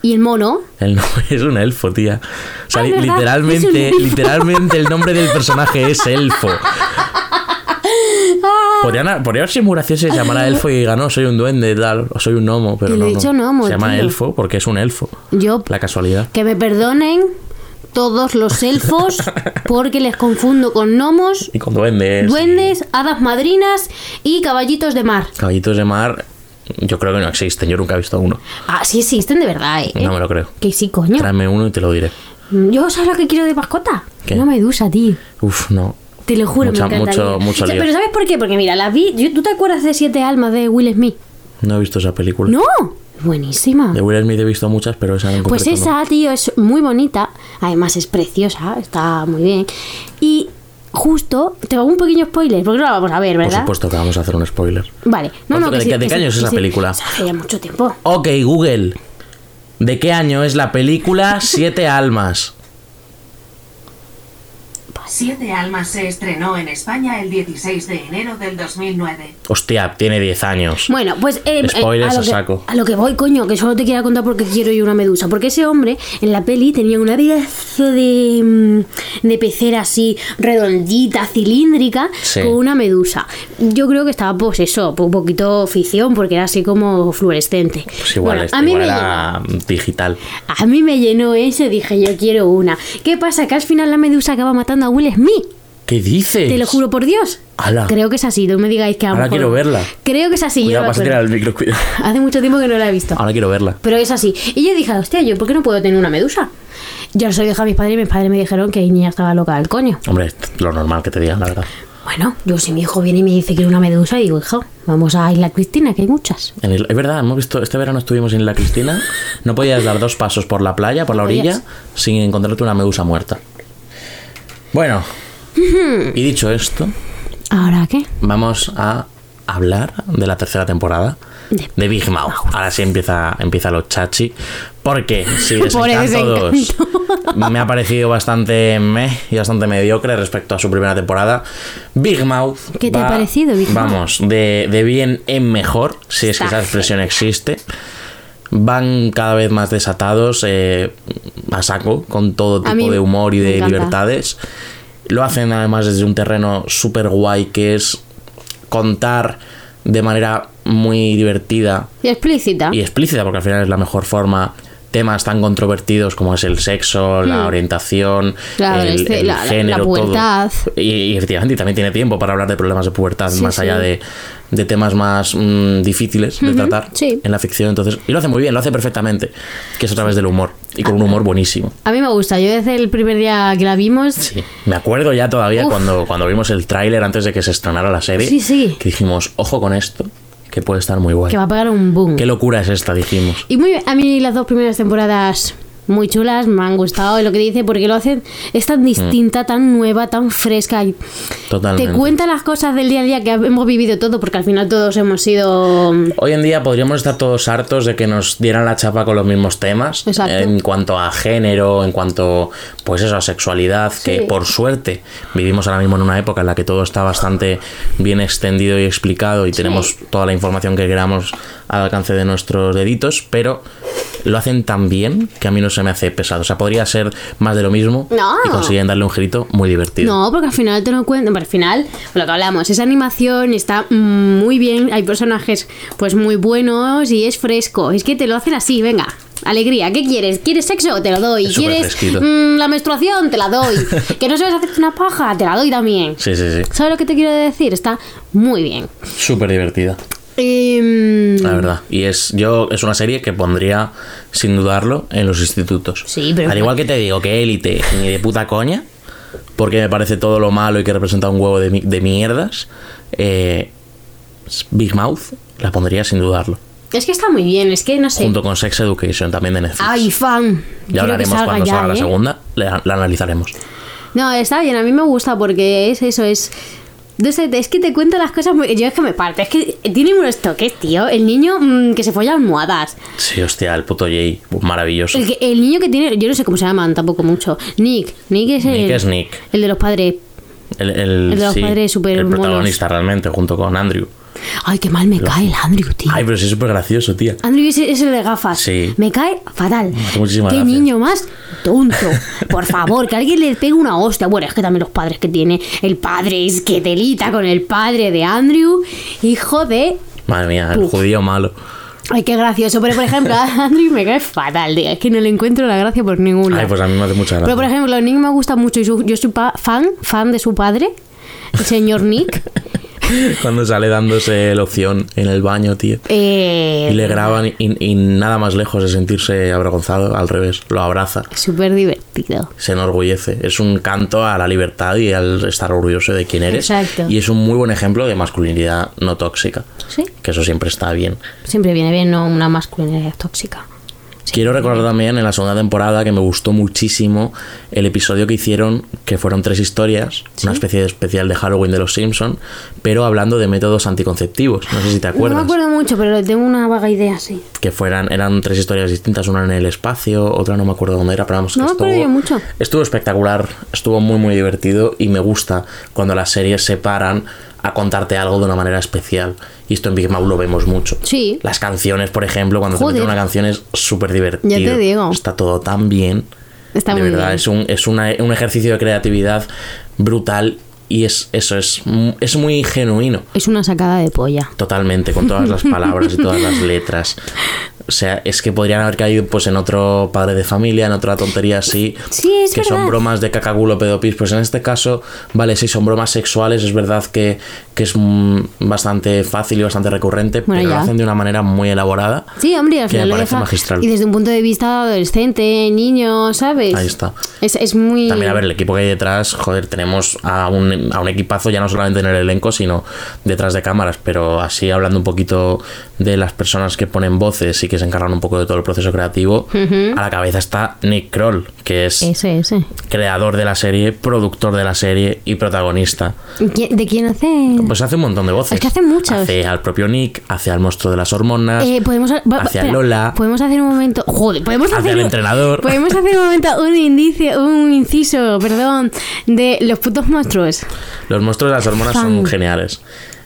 y el mono. El nombre es un elfo, tía. O sea, Ah, li- ¿verdad? literalmente, Es un elfo. literalmente el nombre del personaje es elfo. Ah. Podrían, podría haber sido muy gracioso si se llamara elfo y ganó, soy un duende y tal, o soy un gnomo, pero Yo Ah. le no. he dicho no. gnomo, se llama tío. elfo porque es un elfo. Yo, La casualidad. que me perdonen todos los elfos porque les confundo con gnomos, Y con duendes. duendes, hadas madrinas y caballitos de mar. Caballitos de mar, yo creo que no existen. Yo nunca he visto uno. Ah, sí existen de verdad, ¿eh? No me lo creo. Que sí, coño. Tráeme uno y te lo diré. Mm, Yo sabes lo que quiero de mascota. ¿Qué? Una medusa, tío. Uf, no. Te lo juro, Mucha- me encantaría. mucho- mucho O sea, lío. Pero ¿sabes por qué? Porque mira, la vi. yo- ¿Tú te acuerdas de Siete Almas de Will Smith? No he visto esa película. ¡No! Buenísima. Pues De Will Smith he visto muchas, pero esa no en Pues concreto no. esa, tío, es muy bonita. Además, es preciosa. Está muy bien. Y justo, te hago un pequeño spoiler. Porque no la vamos a ver, Por ¿verdad? supuesto que vamos a hacer un spoiler. Vale. No, ¿Cuánto- no, de- sí, de qué sí, año es que esa sí. película? Hace ya mucho tiempo. Ok, Google. ¿De qué año es la película Siete Almas? Siete Almas se estrenó en España el 16 de enero del 2009. Hostia, tiene 10 años. Bueno, pues eh, eh, Spoilers a, lo a que, saco. a lo que voy, coño, que solo te quiero contar porque quiero yo una medusa. Porque ese hombre en la peli tenía una pedazo de, mm, de pecera así redondita, cilíndrica, Sí. con una medusa. Yo creo que estaba, pues eso, un poquito ficción porque era así como fluorescente. Pues igual, Bueno, este, a mí igual me era digital. llenó- a mí me llenó eso y dije, yo quiero una. ¿Qué pasa? Que al final la medusa acaba matando a Will Smith. ¿Qué dices? Te lo juro por Dios. Ala. Creo que es así, no me digáis que a lo Ahora mejor- quiero verla. Creo que es así, yo Cuidado, no me vas a acuerdo. tirar el micro, cuidado. Hace mucho tiempo que no la he visto. Ahora quiero verla. Pero es así. Y yo dije, hostia, ¿yo por qué no puedo tener una medusa? Yo se lo dije a mis padres y mis padres me dijeron que niña estaba loca del coño. Hombre, es lo normal que te digan, la verdad. Bueno, yo si mi hijo viene y me dice que quiere una medusa, digo, hijo, vamos a Isla Cristina, que hay muchas. En el- es verdad, hemos visto, este verano estuvimos en la Cristina, no podías dar dos pasos por la playa, por la orilla, Podías. sin encontrarte una medusa muerta. Bueno, y dicho esto, ¿Ahora qué? vamos a hablar de la tercera temporada De- de Big Mouth. Ahora sí empieza, empieza los chachi, porque si Por el Desencanto 2 me ha parecido bastante meh y bastante mediocre respecto a su primera temporada, Big Mouth... ¿Qué te ha parecido, Big Mouth? Vamos, de, de bien en mejor, si es que esa Está expresión existe. Van cada vez más desatados eh, a saco con todo A mí tipo de humor y me de encanta. libertades. Lo hacen además desde un terreno súper guay que es contar de manera muy divertida Y explícita. y explícita, porque al final es la mejor forma. Temas tan controvertidos como es el sexo, la orientación, La el, el adolesc- Hmm. este, la- la- la género, todo. pubertad. Y, y efectivamente, y también tiene tiempo para hablar de problemas de pubertad, Sí, más sí. allá de, de temas más mm, difíciles de tratar sí. en la ficción. Entonces, y lo hace muy bien, lo hace perfectamente, que es a través del humor, y con un Ah. humor buenísimo. A mí me gusta. Yo desde el primer día que la vimos, Sí. Me acuerdo ya todavía Uf. cuando, cuando vimos el tráiler antes de que se estrenara la serie. Sí, sí. Que dijimos, ojo con esto, que puede estar muy guay. que va a pegar un boom. Qué locura es esta, dijimos. Y muy bien, a mí las dos primeras temporadas muy chulas, me han gustado y lo que dice, porque lo hacen, Mm. es tan distinta, tan nueva, tan fresca. y Totalmente. Te cuenta las cosas del día a día que hemos vivido todo, porque al final todos hemos sido... mm, Hoy en día podríamos estar todos hartos de que nos dieran la chapa con los mismos temas. Exacto. En cuanto a género, en cuanto, pues eso, a sexualidad, que Sí. por suerte vivimos ahora mismo en una época en la que todo está bastante bien extendido y explicado y tenemos toda la información que queramos al alcance de nuestros deditos, pero lo hacen tan bien que a mí no se me hace pesado. O sea, podría ser más de lo mismo No. y consiguen darle un girito muy divertido. No, porque al final te lo cuentan, pero al final, lo que hablamos, esa animación está muy bien, hay personajes pues muy buenos y es fresco, es que te lo hacen así, venga. Alegría, ¿qué quieres? ¿Quieres sexo? Te lo doy. Es súper ¿Quieres fresquito. mm, la menstruación? Te la doy. ¿Que no sabes hacerte una paja? Te la doy también. Sí, sí, sí. ¿Sabes lo que te quiero decir? Está muy bien. Súper divertida. Em, La verdad. Y es, yo, es una serie que pondría, sin dudarlo, en los institutos. Sí, pero- Al igual que te digo que élite, ni de puta coña, porque me parece todo lo malo y que representa un huevo de, mi- de mierdas, eh, Big Mouth la pondría sin dudarlo. es que está muy bien, es que no sé. Junto con Sex Education, también de Netflix. Ay, fan. ya Quiero que hablaremos salga cuando ya, salga la ¿eh? segunda, la, la analizaremos. No, está bien, a mí me gusta porque es eso, es. no sé, es que te cuento las cosas. muy- Yo es que me parto, es que tiene unos toques, tío. El niño mm, que se folla almohadas. Sí, hostia, el puto Jay, maravilloso. El, que- el niño que tiene. Yo no sé cómo se llaman tampoco mucho. Nick. Nick es el. Nick es Nick. El de los padres. El, el, el de los sí, padres súper el monos. protagonista realmente, junto con Andrew. Ay, qué mal me cae el Andrew, tío. Ay, pero sí es súper gracioso, tía. Andrew es, es el de gafas. Sí. Me cae fatal. hace muchísima Qué gracia. niño más tonto. Por favor, que alguien le pegue una hostia. Bueno, es que también los padres que tiene. El padre es que delita con el padre de Andrew. Hijo de. Madre mía, el Uf. judío malo. Ay, qué gracioso. Pero por ejemplo, a Andrew me cae fatal, tío. Es que no le encuentro la gracia por ningún lado. Ay, pues a mí me hace mucha gracia. Pero por ejemplo, Nick me gusta mucho. y su- Yo soy pa- fan, fan de su padre, el señor Nick. Cuando sale dándose el opción en el baño, tío. Eh, Y le graban y, y nada más lejos de sentirse avergonzado, al revés, lo abraza, Súper divertido. se enorgullece. Es un canto a la libertad y al estar orgulloso de quién eres. Exacto. Y es un muy buen ejemplo de masculinidad no tóxica, Sí. que eso siempre está bien. Siempre viene bien ¿no? una masculinidad tóxica. Quiero recordar también en la segunda temporada que me gustó muchísimo el episodio que hicieron, que fueron tres historias, una especie de especial de Halloween de los Simpson, pero hablando de métodos anticonceptivos. No sé si te acuerdas. No me acuerdo mucho, pero tengo una vaga idea, sí. que fueran eran tres historias distintas una en el espacio otra no me acuerdo dónde era pero vamos No que me acuerdo yo mucho. estuvo espectacular estuvo muy muy divertido y me gusta cuando las series se paran a contarte algo de una manera especial y esto en Big Mouth lo vemos mucho Sí. las canciones por ejemplo cuando Joder. te meten una canción es súper divertido Ya te digo. está todo tan bien Está de muy verdad bien. es un es una- un ejercicio de creatividad brutal y es eso es mu- es muy genuino Es una sacada de polla. Totalmente, con todas las palabras y todas las letras. O sea, es que podrían haber caído pues en otro padre de familia, en otra tontería así. Sí, es que son verdad. bromas de cacagulo pedopis. Pues en este caso, vale, sí, son bromas sexuales, es verdad que, que es mm, bastante fácil y bastante recurrente, Bueno, pero ya. lo hacen de una manera muy elaborada. Sí, hombre, al Que me final lo parece deja- magistral. Y desde un punto de vista adolescente, niño, ¿sabes? Ahí está. Es, es muy. También, a ver, el equipo que hay detrás, joder, tenemos a un, a un equipazo ya no solamente en el elenco, sino detrás de cámaras, pero así hablando un poquito de las personas que ponen voces y que se encargan un poco de todo el proceso creativo, a la cabeza está Nick Kroll, que es Ese, ese. creador de la serie, productor de la serie y protagonista. ¿Y qui- ¿De quién hace? Pues hace un montón de voces. Es que hace muchas. Hace al propio Nick, hace al monstruo de las hormonas, Eh, podemos ha- va- va- hacia espera, Lola. Podemos hacer un momento. Joder, podemos Hacia hacer. el un- entrenador. Podemos hacer un momento un indicio, un inciso, perdón, de los putos monstruos. Los monstruos de las hormonas Fan. son geniales.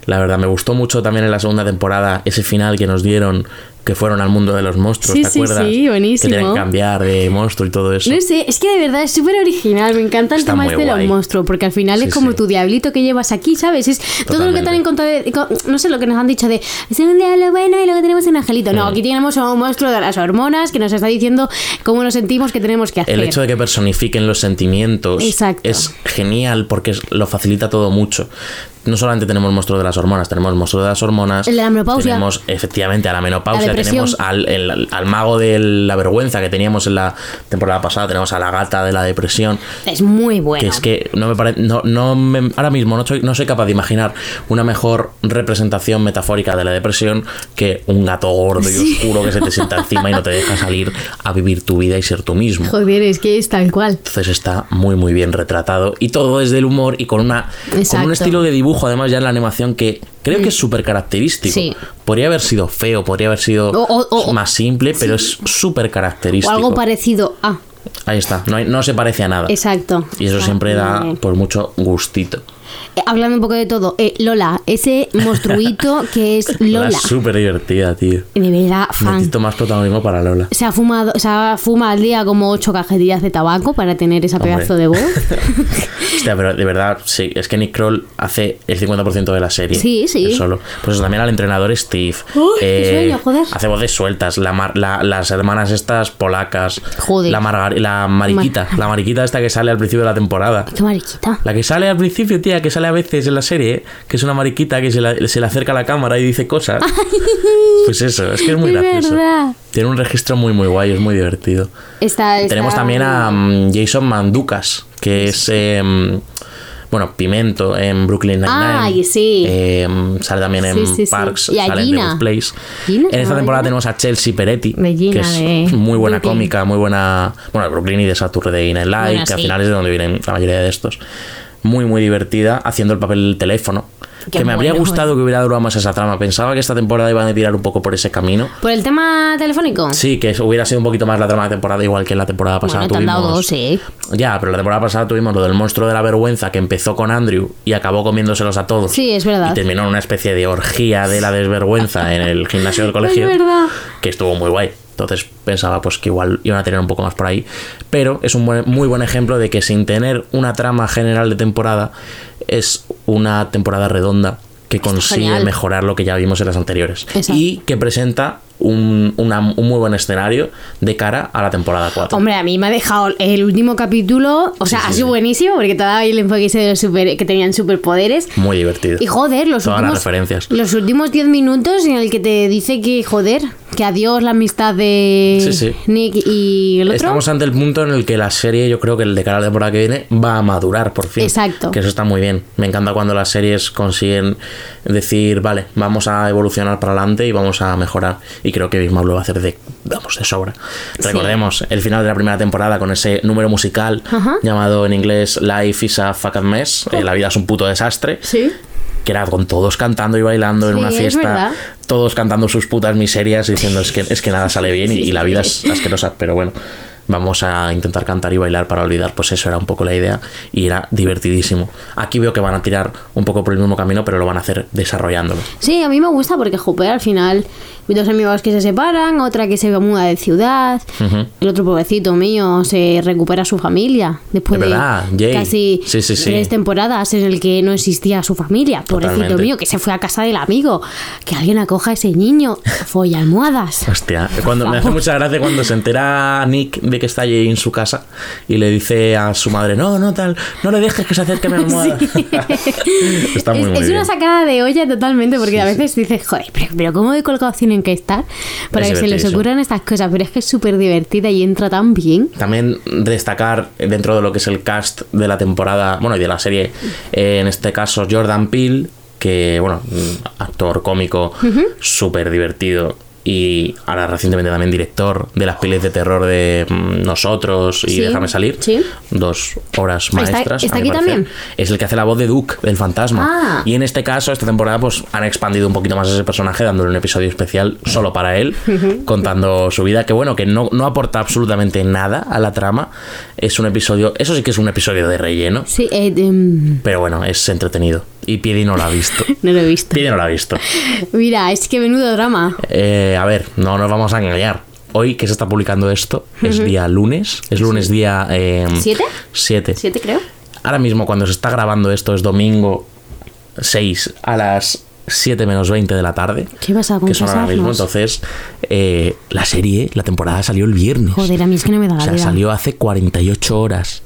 La verdad, me gustó mucho también en la segunda temporada ese final que nos dieron que fueron al mundo de los monstruos, Sí, ¿te sí, acuerdas? sí, buenísimo. Que tienen que cambiar de monstruo y todo eso. No sé, es que de verdad es súper original. Me encanta el Está tema muy este de los guay. monstruos, porque al final Sí, es como sí. tu diablito que llevas aquí, ¿sabes? Es todo lo que te han Totalmente. encontrado. de- co- no sé lo que nos han dicho de es un diablo bueno y luego tenemos un angelito. No, aquí tenemos a un monstruo de las hormonas que nos está diciendo cómo nos sentimos que tenemos que hacer. El hecho de que personifiquen los sentimientos Exacto. es genial porque es- lo facilita todo mucho. No solamente tenemos monstruo de las hormonas, tenemos monstruo de las hormonas. El de la menopausia. Tenemos efectivamente a la menopausia, La depresión. tenemos al, el- al mago de la vergüenza que teníamos en la temporada pasada, tenemos a la gata de la depresión. Es muy bueno. Que es que no me parece. No, no me- ahora mismo no soy, no soy capaz de imaginar una mejor representación metafórica de la depresión que un gato gordo y oscuro que se te sienta encima y no te deja salir a vivir tu vida y ser tú mismo. Joder, es que es tal cual. Entonces está muy muy bien retratado y todo desde el humor y con una con Exacto. Mm. un estilo de dibujo además ya en la animación que creo que es súper característico. Sí. Podría haber sido feo, podría haber sido O- o- o- más simple, pero es súper O característico. algo parecido a. Ahí está, no, hay- no se parece a nada. Exacto. Y eso Ah, siempre da vale. por mucho gustito. Eh, hablando un poco de todo, eh, Lola, ese monstruito que es Lola. Es súper divertida, tío. De verdad, fan. Necesito más protagonismo para Lola. Se ha fumado, se ha fumado al día como ocho cajetillas de tabaco para tener ese Hombre. pedazo de voz. Hostia, pero de verdad, sí, es que Nick Kroll hace el 50% de la serie. Sí, sí. Él solo. Pues eso, también al entrenador Steve. Eh, Uy, qué sueño, joder. Hace voces sueltas. La mar- la- las hermanas estas polacas. Joder. La, margar- la mariquita. La mariquita esta que sale al principio de la temporada. Qué mariquita. La que sale al principio, tía, que sale a veces en la serie, que es una mariquita que se, la- se le acerca a la cámara y dice cosas. Pues eso, es que es muy Es gracioso. verdad. Tiene un registro muy, muy guay, es muy divertido. Está, está- Tenemos también a mm, Jason Mandukas, que es. em, bueno, Pimento en Brooklyn Nine-Nine. Ay, sí. Em, sale también en Sí, sí, sí. Parks, Y a sale en The Gina. Good Place. Gina, en esta ¿no? temporada tenemos a Chelsea Peretti, De que Gina, es de muy buena Brooklyn. cómica, muy buena. Bueno, de Brooklyn y de Saturday Night Live, Bueno, que al sí. final es de donde vienen la mayoría de estos. Muy, muy divertida, haciendo el papel del teléfono. Qué que me habría bueno, gustado que hubiera durado más esa trama. Pensaba que esta temporada iban a tirar un poco por ese camino. ¿Por el tema telefónico? Sí, que hubiera sido un poquito más la trama de temporada, igual que en la temporada pasada Bueno, te han tuvimos. dado dos, ¿eh? Ya, pero la temporada pasada tuvimos lo del monstruo de la vergüenza que empezó con Andrew y acabó comiéndoselos a todos. Sí, es verdad. Y terminó en una especie de orgía de la desvergüenza en el gimnasio del colegio. Es verdad. Que estuvo muy guay. Entonces pensaba pues que igual iban a tener un poco más por ahí. Pero es un buen- muy buen ejemplo de que sin tener una trama general de temporada, es una temporada redonda que consigue genial. mejorar lo que ya vimos en las anteriores. Exacto. Y que presenta un, una- un muy buen escenario de cara a la temporada 4. Hombre, a mí me ha dejado el último capítulo, o sea, Sí, sí, ha sido sí. buenísimo porque te daba ahí el enfoque ese de los super, que tenían superpoderes. Muy divertido. Y joder, los Todas las últimos referencias. los últimos 10 minutos en el que te dice que joder, que adiós la amistad de Sí, sí. Nick y el otro. Estamos ante el punto en el que la serie, yo creo que el de cara a la temporada que viene, va a madurar por fin. Exacto. Que eso está muy bien. Me encanta cuando las series consiguen decir, vale, vamos a evolucionar para adelante y vamos a mejorar. Y creo que Bismarck lo va a hacer de, vamos, de sobra. Recordemos el final de la primera temporada con ese número musical Ajá. llamado en inglés Life is a fucking mess. eh, la vida es un puto desastre. Sí. que era con todos cantando y bailando en Sí, una es fiesta, verdad. todos cantando sus putas miserias y diciendo es que, es que nada sale bien y, y la vida es asquerosa, pero bueno, vamos a intentar cantar y bailar para olvidar, pues eso era un poco la idea y era divertidísimo. Aquí veo que van a tirar un poco por el mismo camino, pero lo van a hacer desarrollándolo. Sí, a mí me gusta porque jope, al final dos amigos que se separan, otra que se muda de ciudad, el otro pobrecito mío se recupera su familia después De de, verdad, Jay. casi Sí, sí, sí. tres temporadas en el que no existía su familia, pobrecito Totalmente. mío que se fue a casa del amigo, que alguien acoja a ese niño, folla almohadas. Hostia, eh, cuando me hace mucha gracia cuando se entera Nick de que está allí en su casa y le dice a su madre, no, no tal, no le dejes que se acerque a mi almohada. está muy, es muy es bien. una sacada de olla totalmente, porque a veces dices, joder, pero, pero ¿cómo de colgado tienen que estar para Es que se les divertidísimo. ocurran estas cosas? Pero es que es súper divertida y entra tan bien. También destacar dentro de lo que es el cast de la temporada, bueno, y de la serie, eh, en este caso Jordan Peele, que, bueno, mm, actor cómico, súper divertido. Y ahora recientemente también director de las pelis de terror de mm, Nosotros y Sí, Déjame salir. sí. Dos obras maestras. está a mi aquí parecer. también. Es el que hace la voz de Duke, del fantasma. Ah. Y en este caso, esta temporada, pues han expandido un poquito más ese personaje, dándole un episodio especial solo para él, contando su vida, que bueno, que no, no aporta absolutamente nada a la trama. Es un episodio, eso sí que es un episodio de relleno, Sí, eh, em, pero bueno, es entretenido. y Piedi no la ha visto. No lo he visto. Piedi no la ha visto. Mira, es que menudo drama. Eh, a ver, no nos vamos a engañar. Hoy que se está publicando esto es día lunes. Es lunes día... eh, ¿Siete? siete. Siete, creo. Ahora mismo cuando se está grabando esto es domingo 6 a las 7 menos 20 de la tarde. ¿Qué vas a Que son ahora mismo. confesarnos? Entonces, eh, la serie, la temporada salió el viernes. Joder, a mí es que no me da O la sea, vida. salió hace 48 horas,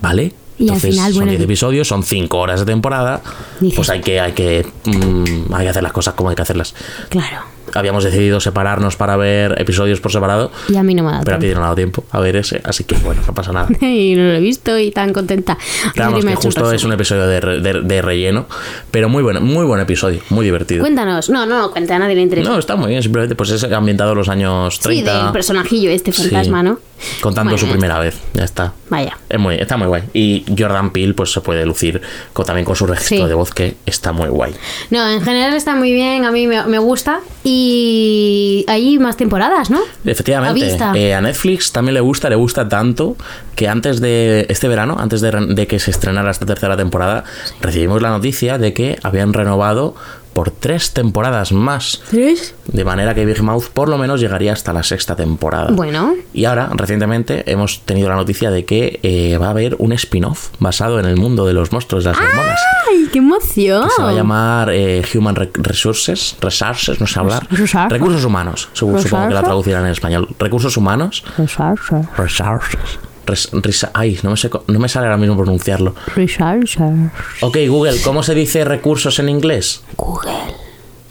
¿vale? Y al final, son bueno, 10 episodios, son 5 horas de temporada. Dices- Pues hay que, hay que, mm, hay que hacer las cosas como hay que hacerlas. Claro. Habíamos decidido separarnos para ver episodios por separado, Y a mí no me ha dado pero a ti tiempo. no le ha dado tiempo a ver ese, así que bueno, no pasa nada. Y no lo he visto y tan contenta. Pero Adri vamos, me ha que hecho justo es resumen. un episodio de, re- de- de relleno, pero muy bueno, muy buen episodio, muy divertido. Cuéntanos. No, no, cuenta, a nadie le interesa. No, está muy bien, simplemente pues es ambientado en los años sí, 30. del personajillo este Sí. fantasma, ¿no? Contando Bueno, su ya primera vez, ya está. Vaya. Es muy, está muy guay. Y Jordan Peele pues se puede lucir con- también con su registro Sí. de voz que está muy guay. No, en general está muy bien, a mí me, me gusta. Y hay más temporadas, ¿no? A Efectivamente, vista. eh, a Netflix también le gusta, le gusta tanto que antes de este verano, antes de, re- de que se estrenara esta tercera temporada, recibimos la noticia de que habían renovado por tres temporadas más. ¿Tres? De manera que Big Mouth por lo menos llegaría hasta la sexta temporada. Bueno. Y ahora, recientemente, hemos tenido la noticia de que eh, va a haber un spin-off basado en el mundo de los monstruos de Ah. las hormonas. ¡Ay, qué emoción! Se va a llamar eh, Human Re- Resources, Resources, no sé hablar. Resources. Recursos humanos, su- supongo que la Resources. traducirán en español. Recursos humanos, Researcher. Resources. Res- resa- ay, no me, sé co- no me sale ahora mismo pronunciarlo. Researcher. Ok, Google, ¿cómo se dice recursos en inglés? Google.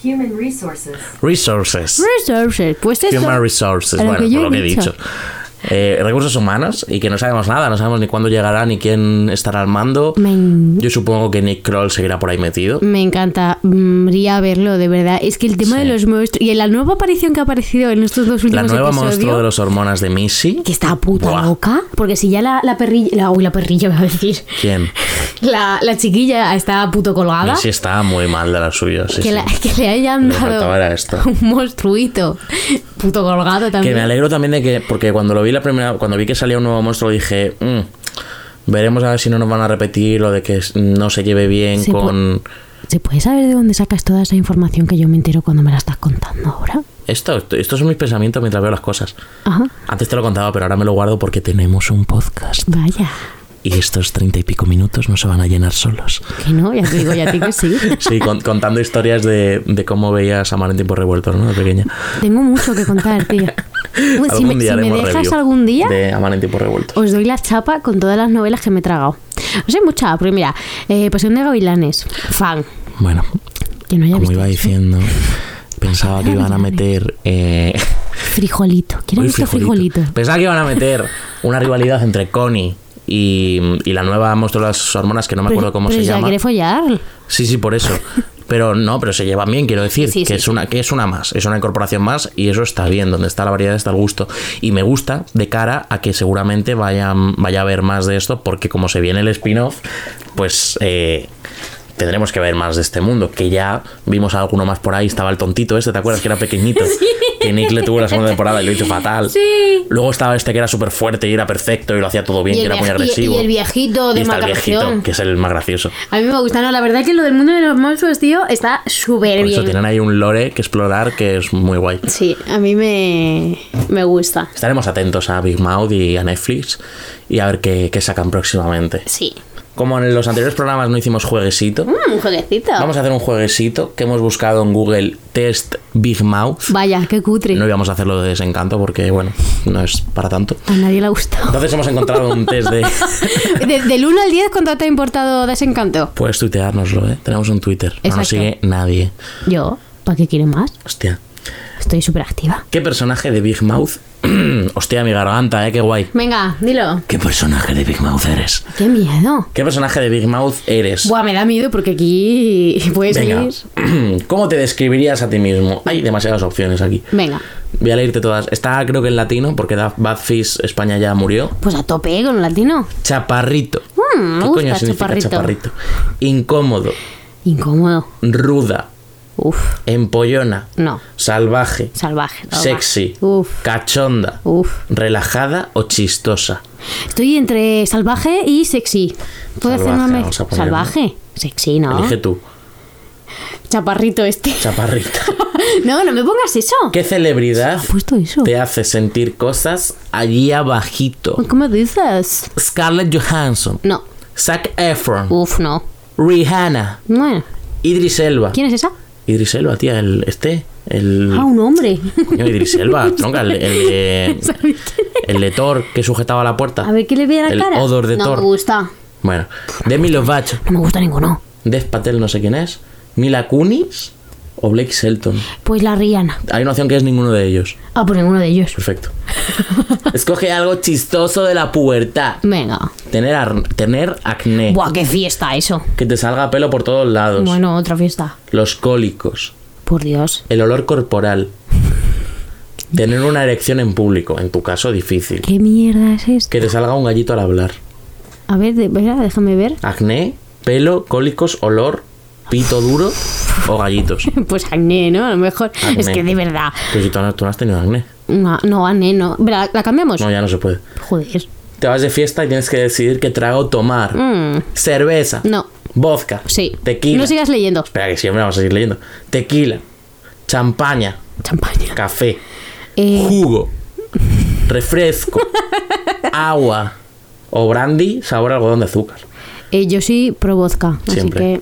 Human Resources. Resources. Researcher. Pues esto. Human Resources, a lo bueno, que yo por lo he que he dicho. dicho. Eh, recursos humanos y que no sabemos nada, no sabemos ni cuándo llegará ni quién estará al mando. Me- Yo supongo que Nick Kroll seguirá por ahí metido. Me encanta, mm, iría a verlo, de verdad. Es que el tema Sí. de los monstruos y la nueva aparición que ha aparecido en estos dos La últimos nueva episodios. monstruo de los hormonas de Missy. Que está puta Buah. loca. Porque si ya la, la perrilla. La, uy, la perrilla, voy a decir. ¿Quién? La, la chiquilla está puto colgada. Missy está muy mal de la suya. sí, que, sí. la- que le hayan Lo que faltaba dado era esto. un monstruito. Puto colgado Que también. me alegro también de que, porque cuando lo vi la primera, cuando vi que salía un nuevo monstruo dije, "Mm, veremos a ver si no nos van a repetir lo de que s- no se lleve bien Se con ¿Se puede saber de dónde sacas toda esa información que yo me entero cuando me la estás contando ahora? esto, esto. Estos son mis pensamientos mientras veo las cosas. Ajá. Antes te lo contaba, pero ahora me lo guardo porque tenemos un podcast. Vaya. Y estos treinta y pico minutos no se van a llenar solos. Que no, ya te digo ya a ti que sí. Sí, con- contando historias de, de cómo veías a Mar en tiempos revueltos, ¿no? De pequeña. Tengo mucho que contar, tío. Uy, si me, Algún día si me haremos dejas review algún día, De Amar en tiempos revueltos. os doy la chapa con todas las novelas que me he tragado. No sé, mucha, porque mira, eh, Pasión de Gavilanes, fan. Bueno, Que no haya como visto iba eso. diciendo, pensaba que iban a meter. Eh, Frijolito. ¿Quién ha uy, visto frijolito? Pensaba que iban a meter una rivalidad entre Connie y, y la nueva monstruo de las hormonas, que no me acuerdo cómo pero se si la llama. quiere follar. Sí, sí, por eso. Pero no, pero se llevan bien, quiero decir, Sí, que sí, es una que es una más, es una incorporación más y eso está bien, donde está la variedad está el gusto y me gusta de cara a que seguramente vayan vaya a haber más de esto porque como se viene el spin-off, pues eh, tendremos que ver más de este mundo, que ya vimos a alguno más por ahí, estaba el tontito este, ¿te acuerdas que era pequeñito? Que Nick le tuvo la segunda temporada y lo hizo fatal. Sí. Luego estaba este que era súper fuerte y era perfecto y lo hacía todo bien, Y y, el era muy vieji- y- agresivo. y el viejito de Y está el Macarrón. viejito, que es el más gracioso. A mí me gusta, no, la verdad es que lo del mundo de los monstruos, tío, está súper Por eso bien. tienen ahí un lore que explorar que es muy guay. Sí, a mí me, me gusta. Estaremos atentos a Big Mouth y a Netflix y a ver qué, qué sacan próximamente. Sí. Como en los anteriores programas no hicimos jueguecito, Mm, un jueguecito. vamos a hacer un jueguecito que hemos buscado en Google Test Big Mouth. Vaya, qué cutre. No íbamos a hacerlo de desencanto porque, bueno, no es para tanto. A nadie le ha gustado. Entonces hemos encontrado un test de... De- del 1 al 10, ¿cuánto te ha importado desencanto? Puedes tuiteárnoslo, ¿eh? Tenemos un Twitter. No Exacto. nos sigue nadie. Yo, ¿para qué quiere más? Hostia. Estoy súper activa. ¿Qué personaje de Big Mouth... Hostia, mi garganta, ¿eh? Qué guay. Venga, dilo. ¿Qué personaje de Big Mouth eres? Qué miedo. ¿Qué personaje de Big Mouth eres? Buah, me da miedo porque aquí puedes Venga. ir. ¿Cómo te describirías a ti mismo? Hay demasiadas opciones aquí. Venga, Voy a leerte todas. Está creo que en latino, porque Da- Bad Fish España ya murió. pues a tope con un latino. Chaparrito. Mm, me ¿Qué gusta coño significa chaparrito. chaparrito? Incómodo. Incómodo. Ruda. Uf, Empollona. no. Salvaje. Salvaje. salvaje. Sexy. Uf, Cachonda. uf. Relajada o chistosa. Estoy entre salvaje y sexy. ¿Puedo hacer Salvaje, una mez- vamos a ponerlo. Salvaje. Sexy, ¿no? Elige tú. Chaparrito este. Chaparrita. no, no me pongas eso. ¿Qué celebridad ¿Has puesto eso? te hace sentir cosas allí abajito? ¿Cómo dices? Scarlett Johansson, No. Zac Efron, Uf, no. Rihanna, Bueno. Idris Elba. ¿Quién es esa? Idris Elba, tía, el este, el Ah, un hombre. coño Idris Elba, tronca, el, el de ¿Sabes quién el de Thor que sujetaba la puerta. A ver qué le veía la El cara. odor de no Thor. me gusta. Bueno, Demi Lovato, No me gusta ninguno. Dev Patel, no sé quién es, Mila Kunis o Blake Shelton. Pues la Rihanna. Hay una opción que es ninguno de ellos. Ah, pues ninguno de ellos. Perfecto. Escoge algo chistoso de la pubertad. Venga. Tener, ar- tener acné. Buah, qué fiesta eso. Que te salga pelo por todos lados. Bueno, otra fiesta. Los cólicos. Por Dios. El olor corporal. Tener una erección en público. En tu caso, difícil. ¿Qué mierda es esto? Que te salga un gallito al hablar. A ver, de, espera, déjame ver. Acné, pelo, cólicos, olor, pito duro o gallitos. Pues acné, ¿no? A lo mejor. Acné. Es que de verdad. Pero si tú no, tú no has tenido acné. No, no acné, no. Verá, ¿La cambiamos? No, ya no se puede. Joder. Te vas de fiesta y tienes que decidir qué trago tomar. Mm, Cerveza. No. Vodka. sí. Tequila. No sigas leyendo. Espera, que siempre vamos a seguir leyendo. Tequila. Champaña. Champaña. Café. Eh, Jugo. Refresco. agua. O brandy, sabor a algodón de azúcar. eh, yo sí pro vodka. Siempre.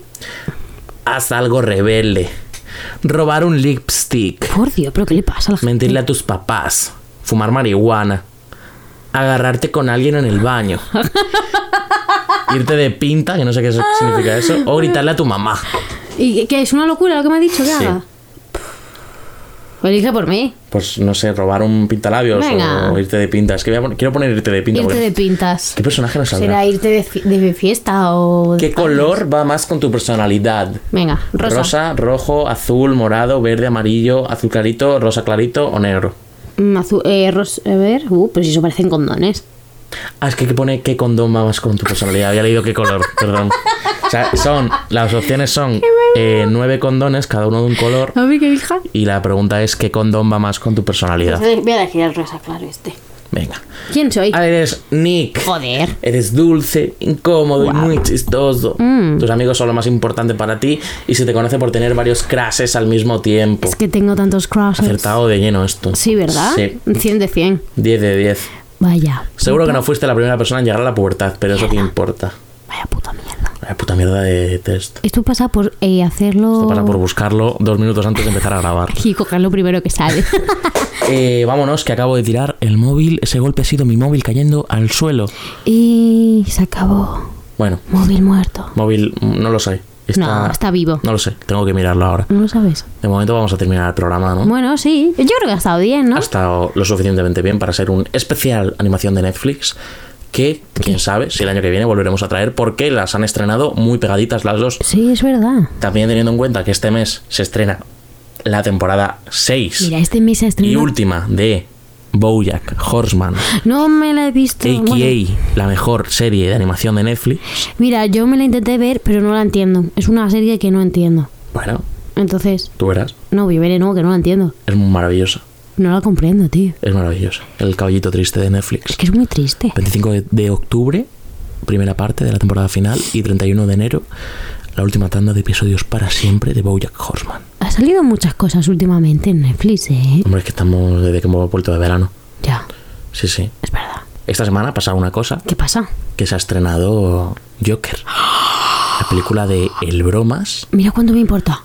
Así que. Haz algo rebelde. Robar un lipstick. Por Dios, ¿pero qué le pasa a la gente? Mentirle a tus papás. Fumar marihuana. Agarrarte con alguien en el baño. Irte de pinta, que no sé qué eso- significa eso. O gritarle a tu mamá. ¿Y qué- qué es una locura lo que me ha dicho que Sí. haga? Elige por mí. Pues no sé, robar un pintalabios Venga. o irte de pinta. Es que voy a pon- quiero poner irte de pinta. Irte porque- de pintas. ¿Qué personaje nos saldrá? Será irte de, fi- de fiesta o. de- ¿Qué color va más con tu personalidad? Venga, rosa. rojo, azul, morado, verde, amarillo, azul clarito, rosa clarito o negro. Mm, azu- eh, ros- a ver, uh, pues eso parecen condones. Ah, es que aquí pone qué condón va más con tu personalidad. Había leído qué color, perdón. O sea, son, las opciones son eh, nueve condones, cada uno de un color. A ver qué hija. Y la pregunta es qué condón va más con tu personalidad. Voy a elegir el rosa, claro, este. Venga. ¿Quién soy? A ver, eres Nick. Joder. Eres dulce, incómodo y muy chistoso. Mm. Tus amigos son lo más importante para ti y se te conoce por tener varios crashes al mismo tiempo. Es que tengo tantos crushes. Acertado de lleno esto. Sí, ¿verdad? Sí. 100 de 100. 10 de 10. Vaya. Seguro que no fuiste la primera persona en llegar a la pubertad, pero eso qué importa. Vaya puta mierda. La puta mierda de test. Esto pasa por eh, hacerlo. Esto pasa por buscarlo dos minutos antes de empezar a grabar. Y coger lo primero que sale. Eh, vámonos, que acabo de tirar el móvil. Ese golpe ha sido mi móvil cayendo al suelo. y se acabó. Bueno, Móvil muerto. móvil, mm, no lo sé. Está, No, está vivo. No lo sé, tengo que mirarlo ahora. ¿No lo sabes? De momento vamos a terminar el programa, ¿no? Bueno, sí. Yo creo que ha estado bien, ¿no? ha estado lo suficientemente bien para ser un especial animación de Netflix que, quién sabe, si el año que viene volveremos a traer porque las han estrenado muy pegaditas las dos. Sí, es verdad. También teniendo en cuenta que este mes se estrena la temporada 6 Mira, Ah, este mes se y estrena. última de Bojack Horseman, No me la he visto. a.k.a. Bueno, la mejor serie de animación de Netflix. mira, yo me la intenté ver, pero no la entiendo. Es una serie que no entiendo. Bueno, Entonces, tú verás, no, yo veré, no, que no la entiendo. es maravillosa, No la comprendo, tío. es maravillosa. El caballito triste de Netflix. Es que es muy triste. 25 de, de octubre, primera parte de la temporada final, y 31 de enero, la última tanda de episodios para siempre de Bojack Horseman. Ha salido muchas cosas últimamente en Netflix, ¿eh? Hombre, es que estamos desde que hemos vuelto de verano. Ya, Sí, sí. es verdad. Esta semana ha pasado una cosa, ¿Qué pasa? que se ha estrenado Joker. La película de El Bromas. Mira cuánto me importa.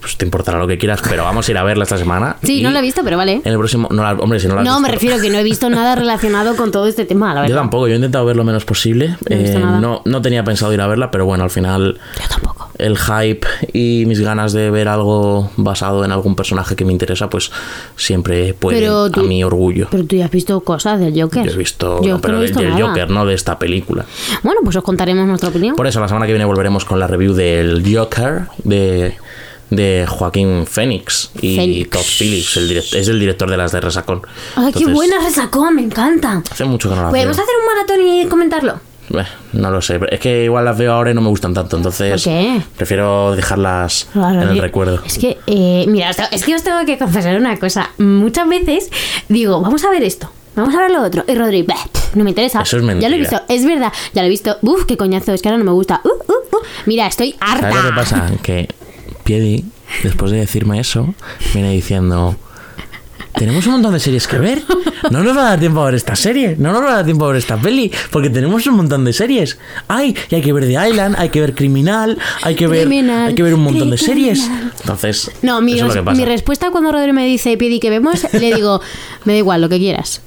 Pues te importará lo que quieras, pero vamos a ir a verla esta semana. Sí, y no la he visto, pero vale. En el próximo... No la- hombre, si no la has No, me visto- refiero que no he visto nada relacionado con todo este tema, la Yo verdad. tampoco, yo he intentado ver lo menos posible. No he visto Eh, nada. no, no tenía pensado ir a verla, pero bueno, al final Yo tampoco. el hype y mis ganas de ver algo basado en algún personaje que me interesa, pues siempre puede Pero a tú- mi orgullo. Pero tú ya has visto cosas del Joker. Yo he visto, Yo no, es que pero no he del visto del nada. Joker, no de esta película. Bueno, pues os contaremos nuestra opinión. Por eso la semana que viene volveremos con la review del Joker de, de Joaquín Phoenix y Phoenix. Todd Phillips, el direct- es el director de las de Resacón. ¡Ay, Ah, qué Entonces, buena Pues, resacó! ¡Me encanta! Hace mucho que no las veo. ¿Podemos hacer un maratón y comentarlo? Eh, no lo sé, pero es que igual las veo ahora y no me gustan tanto, entonces ¿Por qué? prefiero dejarlas Claro, en el yo- recuerdo. Es que, eh, mira, os tengo- es que os tengo que confesar una cosa. Muchas veces digo, vamos a ver esto, vamos a ver lo otro. Y Rodri, "Bah, pff, no me interesa. Eso es mentira. Ya lo he visto, es verdad, ya lo he visto. Uf, qué coñazo, es que ahora no me gusta. Uh, uh, uh. Mira, estoy harta. ¿Sabes lo que pasa? Que Spiedi, después de decirme eso, viene diciendo... Tenemos un montón de series que ver. No nos va a dar tiempo a ver esta serie. No nos va a dar tiempo a ver esta peli. Porque tenemos un montón de series. Ay, y hay que ver The Island, hay que ver Criminal, hay que ver, Criminal, hay que ver un montón de criminal. series. Entonces, No, mi, eso es lo que pasa. mi respuesta cuando Rodri me dice pidi que vemos, le digo, me da igual, lo que quieras.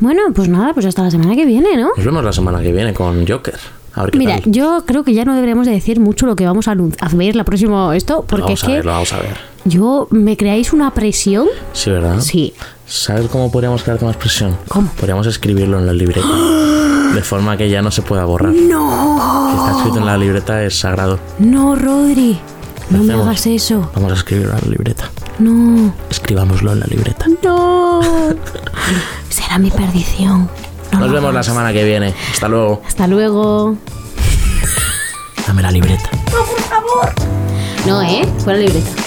Bueno, pues nada, pues hasta la semana que viene, ¿no? Nos vemos la semana que viene con Joker. A ver qué Mira, tal. yo creo que ya no deberíamos de decir mucho lo que vamos a, anun- a ver la próxima esto, porque vamos es a que verlo, vamos a ver. yo me creáis una presión. Sí, ¿verdad? Sí. ¿Sabes cómo podríamos crear más presión? ¿Cómo? Podríamos escribirlo en la libreta. De forma que ya no se pueda borrar. No, Si está escrito en la libreta es sagrado. no, Rodri, no me hacemos? hagas eso. Vamos a escribirlo en la libreta. No, Escribámoslo en la libreta. no. Será mi perdición. No Nos lo vemos la hagas. semana que viene. Hasta luego. Hasta luego. Dame la libreta. No, ¿eh? Fuera libreta.